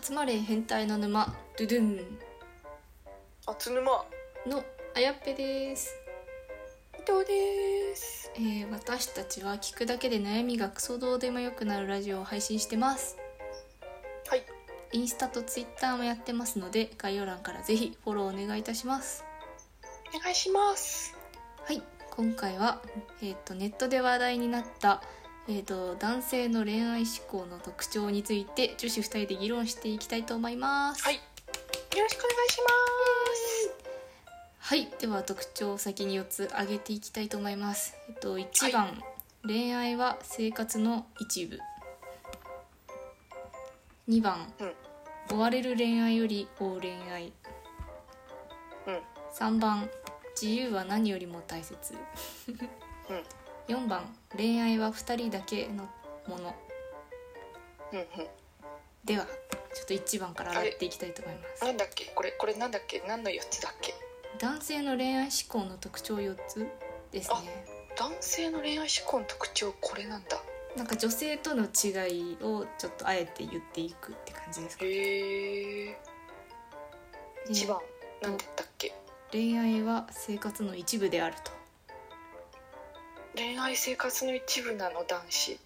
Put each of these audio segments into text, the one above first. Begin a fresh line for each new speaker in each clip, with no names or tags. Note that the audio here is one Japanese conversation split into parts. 集まれ変態の沼ドゥドゥン
あつぬま
のあやっぺです、
伊藤です
えー私たちは聞くだけで悩みがクソどうでもよくなるラジオを配信してます
はい
インスタとツイッターもやってますので概要欄からぜひフォローお願いいたします
お願いします
はい今回は、えー、とネットで話題になった、えー、と男性の恋愛思考の特徴について女子2人で議論していきたいと思います
はいよろしくお願いします
はいでは特徴を先に4つ挙げていきたいと思います、えっと、1番、恋愛は生活の一部2番、
うん
追われる恋愛より追う恋愛
うんうん
3番自由は何よりも大切4番恋愛は2人だけのもの
うんうん
ではちょっと1番から洗っていきたいと思います
なんだっけこれこれなんだっけ何の四つだっけ
男性の恋愛思考の特徴4つです
あ
ね
男性の恋愛思考の特徴これなんだ
なんか女性との違いをちょっとあえて言っていくって感じですか
へえ一番なんだったっけ
恋愛は生活の一部であると
恋愛生活の一部なの男子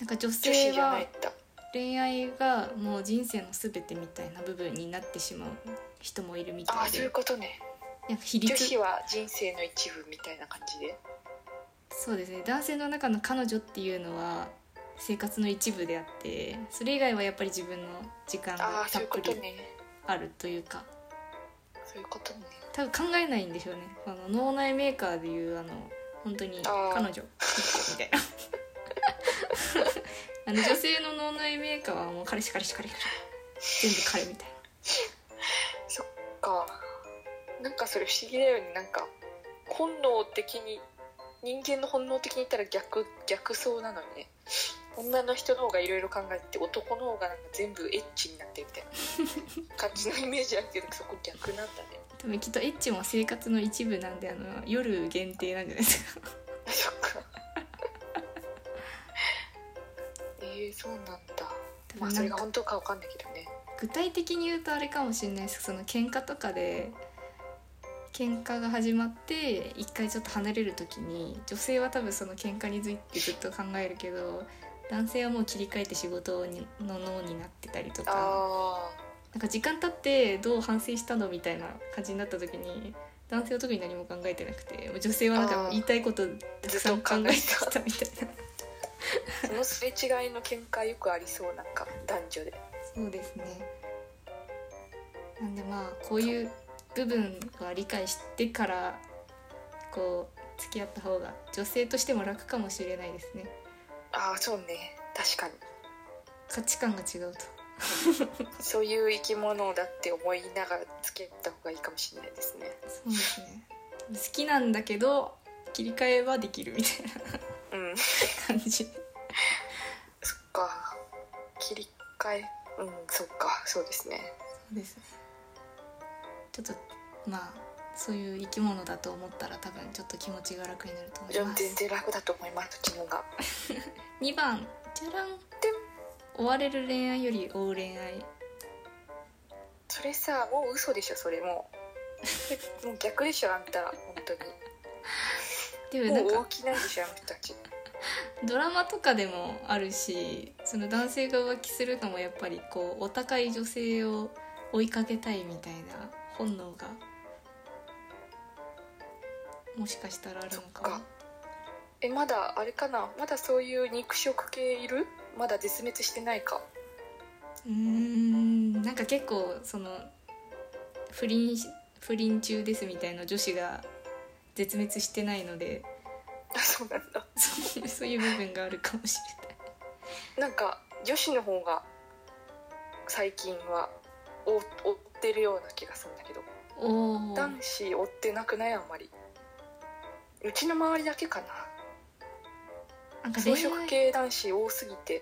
なんか女
女子
性
じゃない
は
んだ
恋愛がもう人生のすべてみたいな部分になってしまう人もいるみ
あ
た
あ
い
そういう
で
ことね
なんか比
女
率
子は人生の一部みたいな感じで
そうですね男性の中の彼女っていうのは生活の一部であってそれ以外はやっぱり自分の時間
あ
が
あ
た
そ
っ
ういう
ぷ
こと
り
ね
あるというか
そういうことね
多分考えないんでしょうねあの脳内メーカーでいうあの本当に
あー
彼女みたいな あの女性の脳内メーカーはもう彼氏彼氏彼氏全部彼みたい
そっかなんかそれ不思議だよねなんか本能的に人間の本能的に言ったら逆逆そうなのにね女の人の方がいろいろ考えて男の方がなんか全部エッチになってるみたいな感じのイメージあるけどそこ逆なんだね
な多分きっとエッチも生活の一部なんであの夜限定なんじゃないですか
そっかえー、そうなんだ
多
まあ
分
そ
な
れ
ん
が
か
本当かわかんないけどね
具体的に言うとあれかもしれないですその喧嘩とかで喧嘩が始まって一回ちょっと離れる時に女性は多分その喧嘩についてずっと考えるけど男性はもう切り替えて仕事にの脳になってたりとか
あ
なんか時間経ってどう反省したのみたいな感じになった時に男性は特に何も考えてなくてもう女性はなん
あ
か
ー
言いたいことたくさん考えてきたみたいな
あそのすれ違いの喧嘩よくありそうなんか男女で
そうですねなんでまあこういう部分は理解してからこう付き合った方が女性としても楽かもしれないですね
ああそうね確かに
価値観が違うと
そういう生き物だって思いながらつけた方がいいかもしれないですね
そうですね好きなんだけど切り替えはできるみたいな
うん
感じ
そっか切り替えうんそっかそうですね
そうですねちょっとまあそういう生き物だと思ったら多分ちょっと気持ちが楽になると思
じゃ
い
あ
ま
全
す
然楽だと思います自分が
2番じゃらん追われる恋愛より追う恋愛
それさもう嘘でしょそれも うもう逆でしょあんた本
で
当
も
に
な
も
ん
う
か
大きないでしょあの人たち
ドラマとかでもあるしその男性が浮気するのもやっぱりこうお高い女性を追いかけたいみたいな本能がもしかしたらあるのか
そ
も
っかえまだあれかなまだそういう肉食系いるまだ絶滅してないか
うーんなんか結構その不倫し不倫中ですみたいな女子が絶滅してないので
あそうなんだ
そうそういう部分があるかもしれない
なんか女子の方が最近は追追ってるような気がするんだけど
おー
男子追ってなくないあんまりうちの周りだけかな
なんか恋
草
愛
食系男子多すぎて、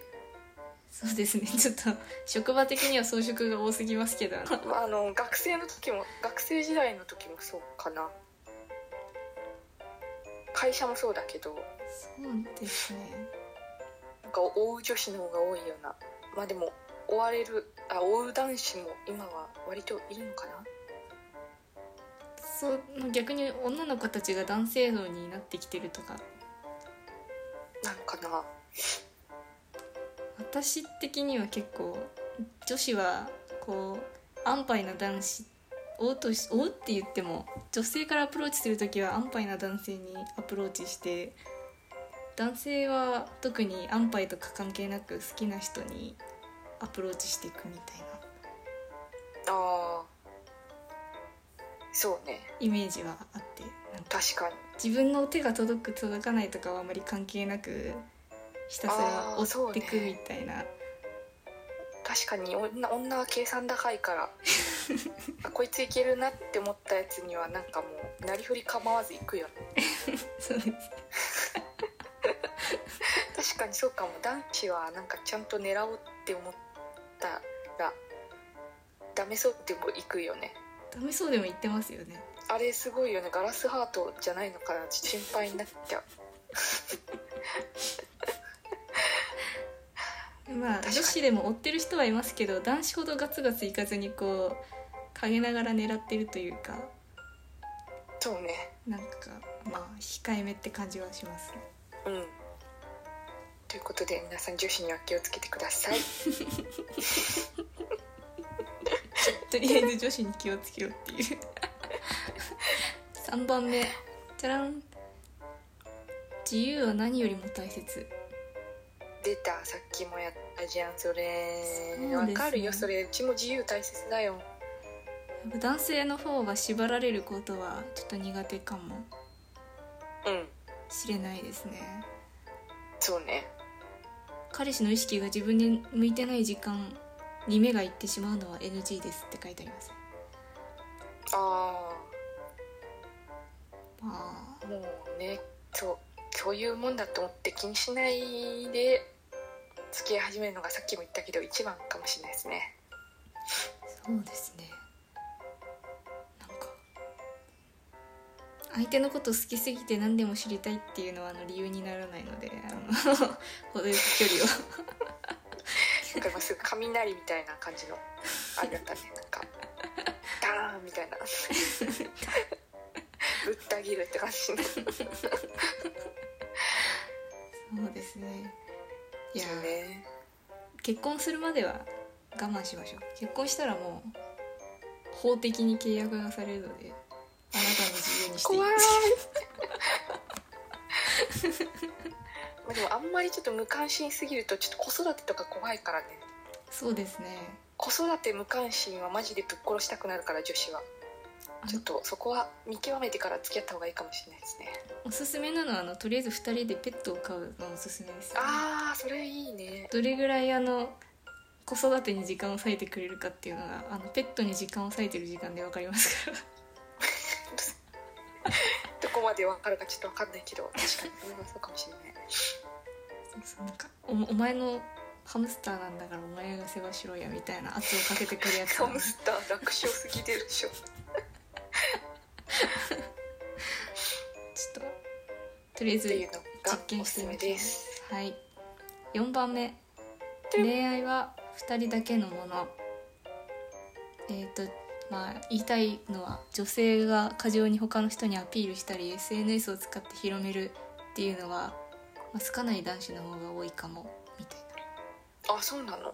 そうですねちょっと職場的には装飾が多すぎますけど
まあ、あの学生の時も学生時代の時もそうかな会社もそうだけど
そうですね
なんか追う女子の方が多いようなまあでも追われるあ追う男子も今は割といるのかな
そう逆に女の子たちが男性像になってきてるとか
なのかな
私的には結構女子はこう安牌な男子追うとし追うって言っても女性からアプローチする時は安牌な男性にアプローチして男性は特に安牌とか関係なく好きな人にアプローチしていくみたいな
あーそうね
イメージはあってなんか
確かに
自分の手が届く届かないとかはあまり関係なくひたすら
あー
追ってく
そうね
みたいな、
確かに女女は計算高いからあこいついけるなって思ったやつにはなんかもうなりふり構わず行くよね
そうです
確かにそうかも男子はなんかちゃんと狙おうって思ったらダメそうっても行くよね
ダメそうでも言ってますよね
あれすごいよねガラスハートじゃないのかな心配になっちゃう
まあ
確か
女
に
子でも追ってる人はいますけど男子ほどガツガツいかずにこう陰ながら狙ってるというか
そうね
なんかまあ控えめって感じはし ますね
うんということで皆さん女子には気をつけてください
とりあえず女子に気をつけろってい う3番目じゃらん自由は何よりも大切
出たさっきもやったじゃんそ
そうです
れ
ね
わ、かるよそれうちも自由大切だよ
男性の方は縛られることはちょっと苦手かも
うん
しれないですね
そうね
彼氏の意識が自分に向いてない時間に目がいってしまうのは NG ですって書いてあります
あ
ま
あもうねそうそういうもんだと思って気にしないで付き合い始めるのがさっきも言ったけど一番かもしれないですね
あそうですねなんか相手のこと好きすぎて何でも知りたいっていうのはあの理由にならないのであの 程よく距離を
なんか今すぐ雷みたいな感 じのあれだったねなんかダーンみた いなぶった切るって感じの
そうですねいや
ね
結婚するまでは我慢しましょう結婚したらもう法的に契約がされるのであなたの自由にしていい
怖いまあでもあんまりちょっと無関心すぎるとちょっと子育てとか怖いからね
そうですね
子育て無関心はマジでぶっ殺したくなるから女子は
あの
ちょっとそこは見極めてから付き合った方がいいかもしれないですね
おすすめなのはあのとりあえず2人でペットを飼うのがおすすめですよね、
ああそれいいね
どれぐらいあの子育てに時間を割いてくれるかっていうのがあのペットに時間を割いてる時間で分かりますから
どこまでわかるかちょっとわかんないけど確かにそれはそうかもしれない
そうそうなんかおお前のハムスターなんだからお前が世話しろやみたいな圧をかけてくるやつ
ハ
なの
ムスター楽勝すぎてるでしょ
ちょっととりあえ
ってい
ず
うの
実
がお
験し
す
て
すめ
み
で
ですすはい4番目恋愛は2人だけのものえっ、とまあ言いたいのは女性が過剰に他の人にアピールしたり SNS を使って広めるっていうのは、まあ、好かない男子の方が多いかもみたい
あそうな
な、
の
ま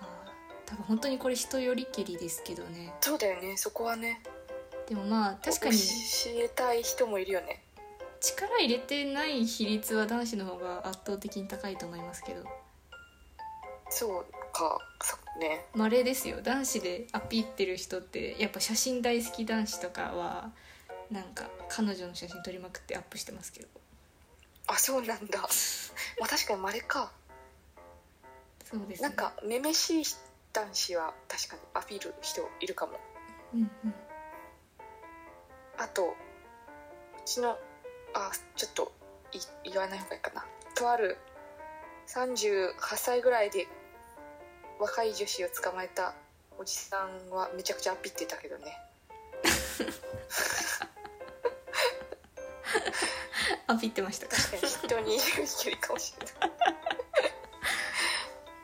あ、多分本当にこれ人よりけりですけどね
そうだよねそこはね
でもまあ確かに
教えたい人もいるよね
力入れてない比率は男子の方が圧倒的に高いと思いますけど
そうかそうね
稀ですよ男子でアピってる人ってやっぱ写真大好き男子とかはなんか彼女の写真撮りまくってアップしてますけど
あそうなんだまあ確かにまれか
そうですね
なんかめめしい男子は確かにアピール人いるかも
うんうん
あとうちのあちょっとい言わない方がいいかなとある38歳ぐらいで若い女子を捕まえたおじさんはめちゃくちゃアピってたけどね
アピってましたか
確かに人に言うよりかもしれな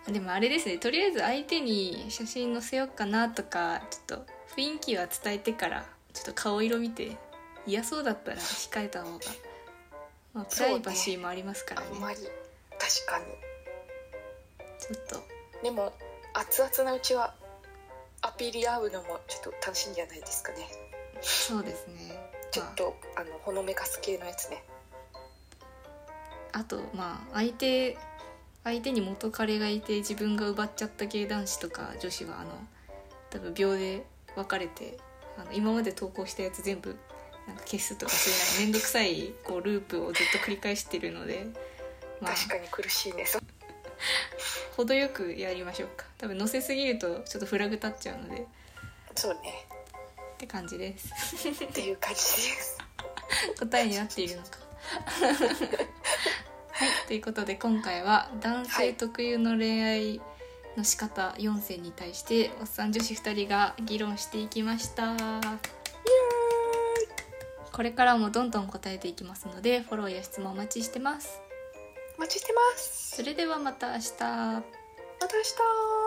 い
でもあれですねとりあえず相手に写真載せようかなとかちょっと雰囲気は伝えてからちょっと顔色見て嫌そうだったら控えた方が、まあ、プライバシーもありますから
あ
ね
んまり確かに
ちょっと
でも熱々なうちはアピール合うのもちょっと楽しいんじゃないですかね
そうですね、
ちょっとあのほのめかす系のやつね
まあ、あとまあ相手相手に元彼がいて自分が奪っちゃった系男子とか女子はあの多分秒で別れてあの今まで投稿したやつ全部なんか消すとかそういうなんか面倒くさいこうループをずっと繰り返してるので、まあ、
確かに苦しいねそ
程よくやりましょうか多分載せすぎるとちょっとフラグ立っちゃうので
そう ね
って感じです
っていう感じです
答えになっているのか はいということで今回は男性特有の恋愛の仕方4選に対しておっさん女子2人が議論していきましたこれからもどんどん答えていきますのでフォローや質問お待ちしてます
お待ちしてます
それではまた明日
また明日